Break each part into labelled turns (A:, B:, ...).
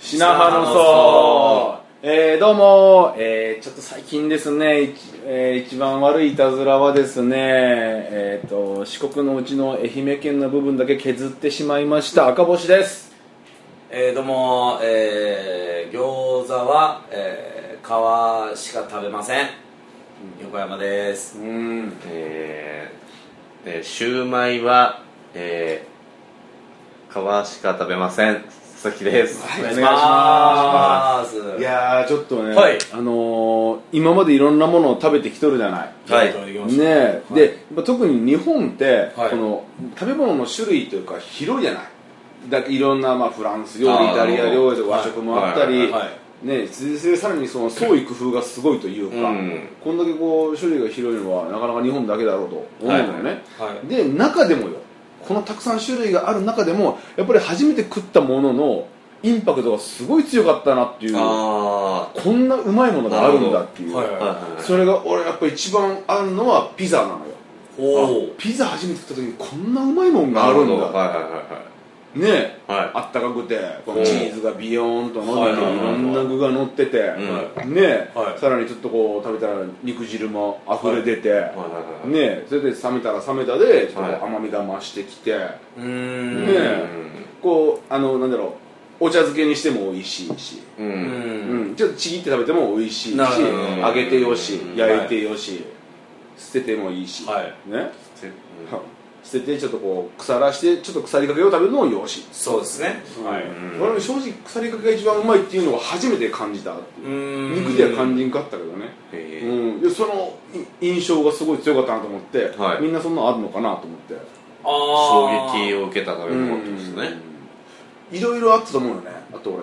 A: シナハの層えー、どうも、えー、ちょっと最近ですね、一えー一番悪いいたずらはですね、えー、と四国のうちの愛媛県の部分だけ削ってしまいました赤星です
B: えー、どうも、えー、餃子は、えー、皮しか食べません横山です
A: うん
C: えーえーシューマイは、えー、皮しか食べません佐々木です、
A: い願
B: お願
A: い
B: い
A: し
B: し
A: ま
B: ます
A: いやーちょっとね、
B: はい
A: あのー今までいろんなものを食べてきとるじゃない
C: はい
B: いただきまし
A: ね
B: た
A: え、でやっぱ特に日本って、
B: はい
A: この食べ物の種類というか広いじゃないだいろんな、まあ、フランス料理
C: あー
A: イタリア料理とか
B: はい
A: 和食もあったり、
C: はい
B: はい
A: ねえそしてさらにその創意工夫がすごいというか、
C: うん
A: こんだけこう種類が広いのはなかなか日本だけだろうと思うのよね、
B: はいはい
A: で中でもよこのたくさん種類がある中でもやっぱり初めて食ったもののインパクトがすごい強かったなっていう
C: あ
A: こんなうまいものがあるんだっていう、
B: はい
C: あ、
B: はい
C: はいはい
A: それが俺やっぱ一番あるのはピザなのよ
B: おー
A: ピザ初めて食った時にこんなうまいもんが
C: な
A: あ
C: る
A: る
C: ほ
A: ん
C: ど
A: だ、
C: はいはいはい
A: ねえ
C: はいはい
A: あったかくてこ
C: う
A: の
C: ん
A: チーズがビヨーンと伸びて、い
B: はいはいはいはい
A: ろんな具が乗ってて、ねえ、
B: はい
A: さらにちょっとこう食べたら肉汁も溢れ出て、
C: はいはい
A: ねえそれで冷めたら冷めたでちょっ
C: はい
A: と甘みが増してきて、
B: うーん
A: ねえこうあのなんだろうお茶漬けにしても美味しいし、
C: うんう
B: うん
A: うん
B: ん
A: ちょっとちぎって食べても美味しいし
B: なるほど
A: 揚げてよし
C: うん
A: 焼いてよし、捨ててもいいし、
B: はい
A: ね
C: せうん
A: 捨ててちょっとこう腐らしてちょっと腐りかけを食べるのもよし、
B: そうですね
A: はい
C: うん
A: 俺も正直腐りかけが一番うまいっていうのを初めて感じたっていう
B: うーん
A: 肉では感じんかったけどね
C: えー
A: うん、でそのい印象がすごい強かったなと思って、
C: はい
A: みんなそんなのあるのかなと思って
B: あー
C: 衝撃を受けた食べ物ってことですね
A: うんいろいろあったと思うよねあと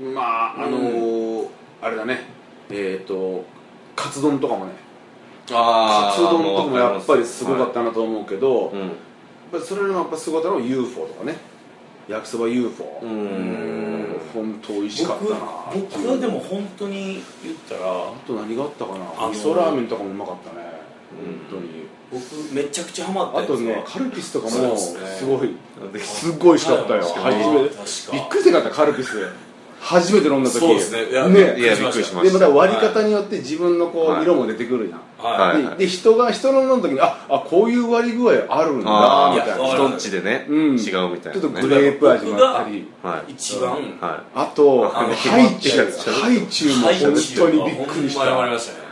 A: 俺まああのーあれだねえっ、とカツ丼とかもねカ
C: あ
A: ツ丼とかもやっぱりすごかったなと思うけど、
C: たうん
A: やっぱりそれのやっぱすごかったのは UFO とかね焼きそば UFO
C: うん
A: 本当美味しかったな
B: 僕僕はでも本当に言ったら
A: あと何があったか
B: あ
A: な
B: の
A: 味噌ラーメンとかもうまかったね
C: うん
A: 本当に
B: 僕めちゃくちゃハマった
A: あ
B: やつ
A: とねカルピスとかも
B: そうですね
A: すごい
C: です
A: ごい美味しかったよ
B: はい
A: 初
B: 確か
A: めびっくりしたかったカルピス初めて飲んだ時
B: そうですねいや
C: いやびっくりしま
A: で
C: し
A: ま
C: た
A: た割り方によって自分のこ
C: は
A: う
C: い
A: 色も出てくるじゃん
B: は
C: はい
A: でで人が人の飲んだ時にああこういう割り具合あるんだ
C: あ
A: み
C: あ
A: たい
B: いや
A: な
C: 人んちでね、
A: うん
C: 違うみたいな、ね、
A: ちょっとグレープ味もあったり
C: はい
B: 一番
C: い、は
A: あと
B: あの
A: ハイチュウハ
C: ハ
A: イチュウも本当にびっくりし
B: ほんま
A: た
B: にハマりましたね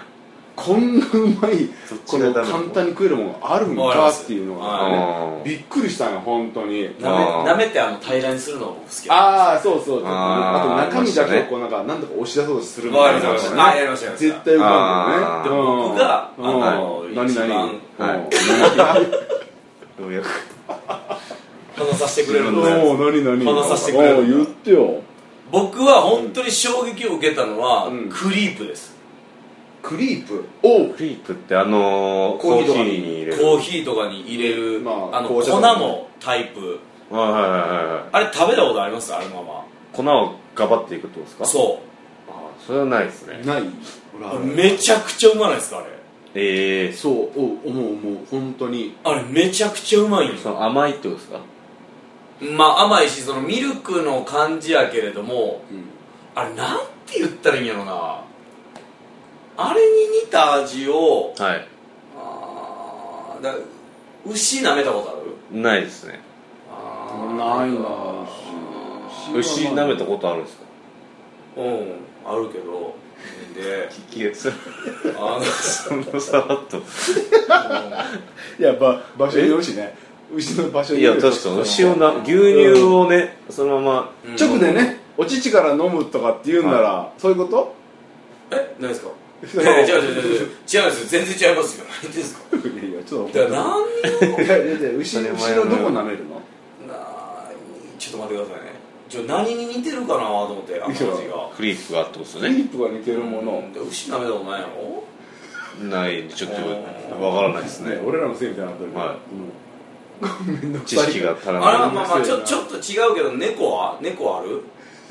A: こんなうまい
C: そっち
A: こ
C: が
A: の
C: ダメだ
A: 簡単に食えるものがあるんかっていうの
C: い、
B: あ
A: がね
C: あー
A: びっくりしたよ本当に
B: な
C: あー
B: めなめてあの平らにするのが僕好きあ
A: ああそうそうあ
C: あー
A: と中身だけ
C: ありま
A: を
C: したね
A: こうなんかなんとか押し出そうとするみ
B: わか
A: たいな
B: りま
A: の
B: した
A: が
B: あ
A: ね
B: やりましたやりました
A: 絶対うまいんだよね
B: 僕が
A: う
B: あ
A: ん
B: の
A: うん
B: 一
A: 何々
B: 番
A: うん
C: はいようやく
B: 話させてくれるん
A: お
B: で
A: お何何
B: 話させてくれる
A: おー言ってよ
B: 僕は本当に衝撃を受けたのは
A: うん
B: クリープです
A: クリープお
C: クリープってあの
A: コ
C: ー、コ
A: ー
C: ー
A: ヒーとか
C: ヒーに入れる
B: コーヒーとかに入れる
A: まあ
B: あの
A: 紅茶と
B: 粉
A: かね
B: もタイプ
C: はいはいはいはい
B: あれ食べたことありますあのまま
C: 粉をガバっていくってことですかう
B: そ
C: あーそれはないですね
A: ない
B: うんめちゃくちゃうまないですかあれ
C: ええー、
A: そうお思う思う本当に
B: あれめちゃくちゃうまいんです
C: その甘いってことですか
B: まあ甘いしそのミルクの感じやけれども
A: うん
B: あれなんて言ったらいいんやろなあれに似た味を
C: はい
B: あーだ牛舐めたことある
C: ないですね
B: あ
A: ないな
C: 牛舐めたことあるんですか
B: ーうんあるけどで
C: いやそれ
B: あ
C: そのさらっと
B: の
A: いやば場所によるしね牛の場所
C: い
A: によ
C: や
A: る
C: 確かに牛をな牛乳をね、そのまま
B: うん
A: 直でねお乳から飲むとかって言うんなら、そういうこと
B: え何ですか
A: そう
B: いや違う違う違う違う違うんですよ全然違いますよ何ですか
A: いやちょっと
B: だから何
A: いやいやいや牛
C: 当たり
A: 牛
C: 前の
A: のどこ舐めるの
B: な ちょっと待ってくださいねちょ何に似てるかなと思ってあの味が
C: クリープがあってことですよ
A: ク
C: ね
A: リープが似てるもの、
B: で牛舐めたことないやろ
C: ないんでちょっとわからないですね
A: ね、俺らのせいみたいになってる
C: は
A: うん、ごめんなさい
C: 知識が足ら
B: あれは
C: な
B: まあまあちょちょっと違うけど猫は猫ある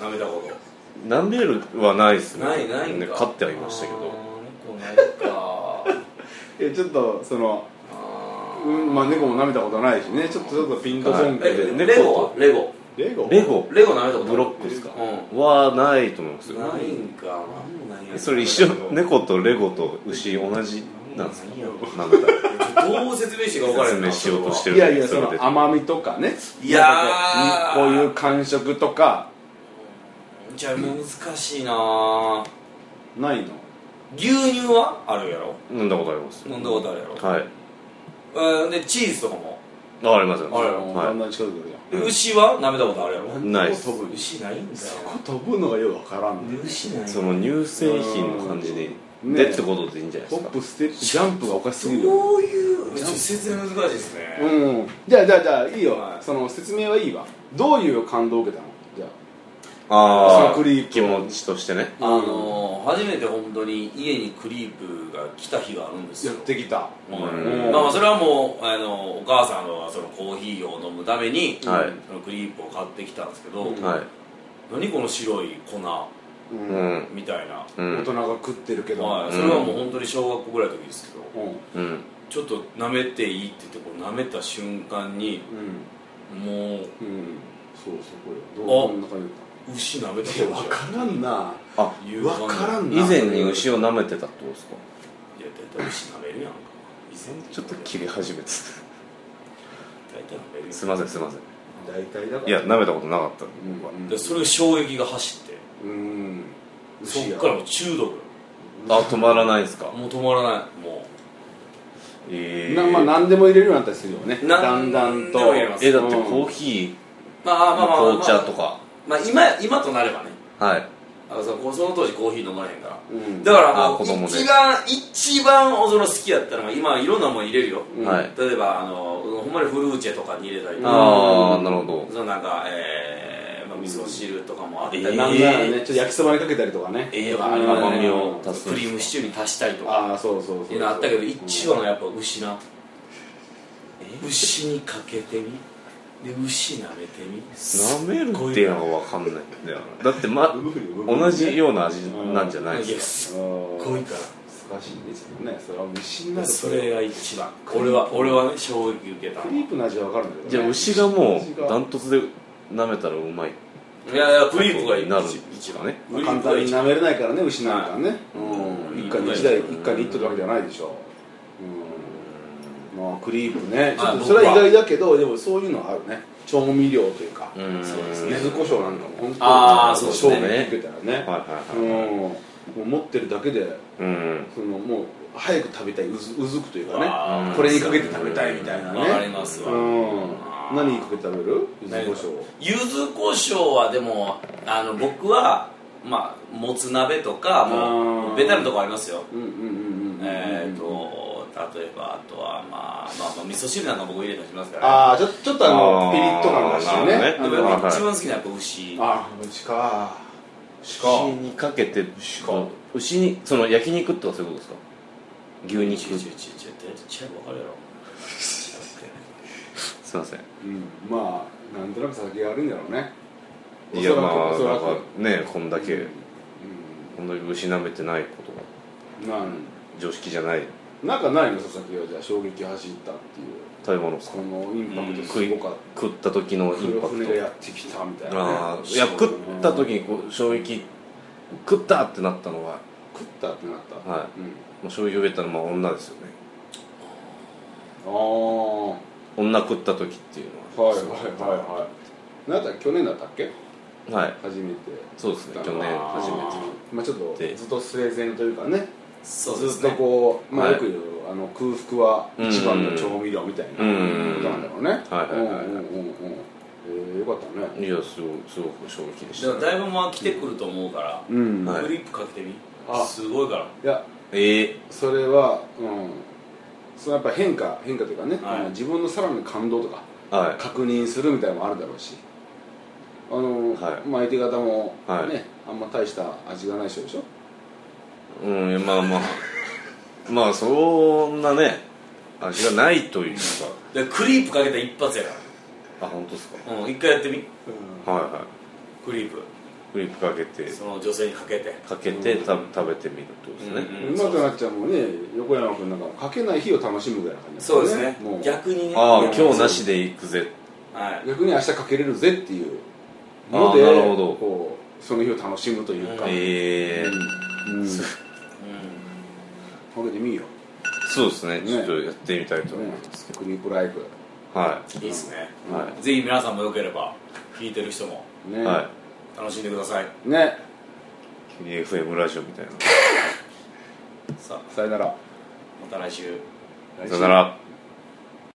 B: 舐めたこ
C: いナンベールはないです
B: と
C: ね
B: ないないん
C: ね
B: か
C: 飼ってはいましたけ
B: あ
C: ど
B: ー猫ないか
A: えちょっとその、
B: あ
A: うんまあ、猫も舐めたことないしねちょっとちょっとピンとせんけ
B: ー
A: ど
B: え
C: 猫と
B: レゴはレゴ
A: レゴ
C: レゴ
B: レゴ舐めたことある
C: ブロックですか
B: う
C: はないと思うんです
B: ん
C: よ
B: ないんかなんもないやん
C: それ一緒猫とレゴと牛同じな んですか
B: いや
C: なんだ
B: どう説明していいか分からへん
C: 説明しようとしてる
A: いやいやそ
C: れで
A: の甘みとかね
B: いや
A: なんかこう
B: ー
A: こういう感触とか
B: じゃあ難しいなぁ
A: ないの
B: 牛乳はあるやろ
C: 飲んだことあります
B: 飲んだことあるやろ
C: は
B: う
C: い
B: んでチーズとかも
C: あありますよ
B: あれ
A: だん
C: は
A: だん近づいてくるじ
B: で
C: うん
B: 牛は舐めたことあるやろ
A: ゃん
C: ないっす
A: 飛ぶ
B: 牛ないんだよ
A: 飛ぶのがよくわからんね
B: 牛ないい
C: その乳製品の感じで
A: うん
C: でってことでいいんじゃないで
A: ホ
C: す
A: ッ
C: か
A: プステップジャンプがおかしすぎるよ
B: そういうちょっと説明難しいですね
A: うんじゃあじゃあじゃあいいよ、
B: はい
A: その説明はいいわどういう感動を受けたのじゃあ
C: あ
A: そのクリー
C: あ
A: プ
C: 気持ちとしてね
B: あのー、初めて本当に家にクリープが来た日があるんです
A: や
B: よ
A: ってきた
B: はい
C: うん
B: まあまあそれはもうあのお母さんのそのコーヒーを飲むために、
C: はい
B: そのクリープを買ってきたんですけど、
A: うん
C: は
B: 何この白い粉
A: うん、
C: いうん
B: みたいな、
C: う
A: 大
C: ん
A: 人が食ってるけど、
B: はい、
C: うん
B: それはもう本当に小学校ぐらいの時ですけど
A: うん
C: うん
B: ちょっと舐めていいって言ってこう舐めた瞬間に
A: う
B: もうん
A: うんそうそこよどうどんな感じだっ
B: 牛舐めて
A: たい
B: る
A: やわ
B: じ
A: からんな
C: あ
B: ゃん夕
A: わ
B: 方
A: からん
C: 以
A: な
C: 前に牛を舐めてたってことですか
B: いや大体牛舐めるやんか以前
C: ちょっと切り始め て
B: 大体舐めるやん
C: すいませんすいません
A: 大体だから
C: いや舐めたことなかった
A: うん
B: でそれが衝撃が走って
A: うん
B: そ
A: 牛
B: っ
A: や
B: からもう中毒よ
C: あ止まらないんすか
B: もう止まらないも
C: え
A: なまあ何でも入れるようになったりするよね
B: なん
A: だんだんと
B: でも入れます
C: えだってコ
A: こ
C: ーヒ
B: うまあ
C: ー、
B: まあまあ、まあ、
C: 紅茶とか
B: まあ今今となればね
C: はい
B: あのそのその当時コーヒー飲まれへんから
A: うん、うん
B: だから
C: あ
B: もう
C: 子供で
B: 一番一番その好きやったのが今いろんなもん入れるよ、
A: うん
C: はい
B: 例えばあのほんまにフルーチェとかに入れたりとか
C: ああなるほど
B: そのなんかえーまあ、味噌汁とかもあったり
C: えー
A: なんならねちょっと焼きそばにかけたりとかね
B: ええとかありますね
C: 甘みを足す
B: クリームシチューに足したりとか
A: ああそうそうそう
B: いうのあったけど一番
A: うん
B: はやっぱ牛な牛にかけてみで牛舐めてみ
C: 舐めるっていうのが分かんないんだよ なだって、ま、
A: うん
C: 同じような味なんじゃない
B: い
C: で
B: や
C: す
B: す
A: う
B: っ
A: ん
B: ごいから
A: 難しいねちょっとねそれは牛になると
B: それが一番俺は俺はね衝撃受けた
A: クリープの味はわかるんだけど、ね、
C: かじゃあ牛がも
A: 牛
C: うダントツで舐めたらうまい
B: いやいやクリープが
C: になる
B: 一
C: んです
B: 一
C: か
B: 番
C: ね
A: まあ簡単に舐めれないからね牛なんかね、
B: い
A: うん、一家に一台一家に一頭ってわけじゃないでしょ、うんまあ、クリープねちょっ
B: あ
A: とそれは
B: 僕
A: 意
B: は
A: 外だけどでもそういうのはあるね調味料というか
C: うーん
B: そうです
A: 柚
B: ね
A: 子胡椒なんかも本当に
B: あーそうです
A: 正
B: ね
A: 面受けたらね
C: はいはい
A: うん
C: はい
A: もう持ってるだけで
C: うん
A: そのもう早く食べたいうずうずくというかね
B: あー
A: これにかけて食べたいみたいなね
B: わかります
A: う
B: わ
A: ん何にかけて食べる柚子胡椒
B: 柚子胡椒はでもあの僕はまあもつ鍋とかも
A: あー
B: うベタなとこありますよ
A: うんうんうんうんうん
B: えーと例えばあとはまあまあまあ味噌汁なんか僕入れたりしますから
A: ああちょちょっとあの
C: あー
A: ピリッと感がしてね
C: なる
B: で
C: ほ
B: も
C: どね
B: や
A: あ
B: っぱ一番好きなやっぱ牛
A: あー牛か牛か
C: 牛にかけて牛にその焼肉とかそういうことですか牛
B: ち
C: 肉
B: ちちちちちゃい分かるやろ
C: すいません
A: うんまあなんとなく先があるんだろうね
C: いや
A: おそら
C: ま
A: く
C: あ
A: おそ
C: な
A: ら
C: ん
A: く
C: かねこんだけ、
A: う
C: こんだけ牛舐めてないことが
A: んな
C: 常識じゃない
A: なんかないの佐々木はじゃあ衝撃走ったっていう
C: 食べ物ですか
A: このインパクト
C: 食
A: す
C: い
A: ごかった
C: 食った時のイン
A: 黒
C: パク
A: 船
C: ト
A: がやってきたみたいな
C: あ
A: ね
C: あいや食った時にこう衝撃食ったってなったのは
A: 食ったってなった
C: はい
A: うん
C: もう衝撃を受けたのは女ですよね
A: ああは
C: 女食った時っていう
A: いはいはいはいなんだ去年だったっけ
C: のははい
A: 初めて
C: そうですね去年初めて
A: まあちょっと
C: で
A: ずっとスウェーデンというかね
B: そうで
A: ずっ
B: す
A: と
B: ね
A: こう、まあ、
C: はい
A: よく言う、あの空腹は一番の調味料みたいなこと
C: うんうんうん
A: なんだろうね
C: はいはいはいはい
A: うんうんうんうんえー、よかったね
C: いやすごいすごく衝撃でし
B: でも
C: た、
B: だい
C: ね、
B: ぶまあ来てくると思うから
A: うん、、
C: はいい
B: クリップかけてみ
A: あ
B: すごいから
A: や
C: え
A: それはうんそのやっぱ変化変化というかね、
B: はい
A: あの自分のさらなる感動とか
C: ー、はい
A: 確認するみたいなのもあるだろうしあの、
C: はい
A: まあ、相手方もね、
C: はい
A: あんま大した味がない人でしょ
C: うんいやまあ まあまあそんなね味がないというか
B: でクリープかけた一発やか
C: あ本当ですから
B: うん一回やってみ
C: はいは
B: クリープ
C: いクリップかけて
B: その女性にかけて
C: かけてた食べてみるってことですね、
B: うん
A: うまくなっちゃうもんね横山君なんかもかけない日を楽しむぐらいな感じだもん
B: そうですね
A: もう
B: 逆にね
C: ああ
B: 逆に
C: 今日なしで行くぜ
B: はい
A: 逆に明日かけれるぜっていうので
C: あーなるほど
A: こうその日を楽しむというか、
B: うん
C: ええ
A: うんうん、
B: う
A: かけてみよ
C: そうですね
A: ね、
C: ちょっとやってみたいうと思い
A: ね
C: ます、、
A: クリープライフ
C: はい
B: いですね、
C: い、は
B: ぜひ皆さんもよければ聞いてる人も
A: い
C: い
A: ね,、
C: は
B: 楽しんでください
A: ね
C: い KFM ラジオみたいな
B: さあ
A: さよなら
B: また来週
C: さよなら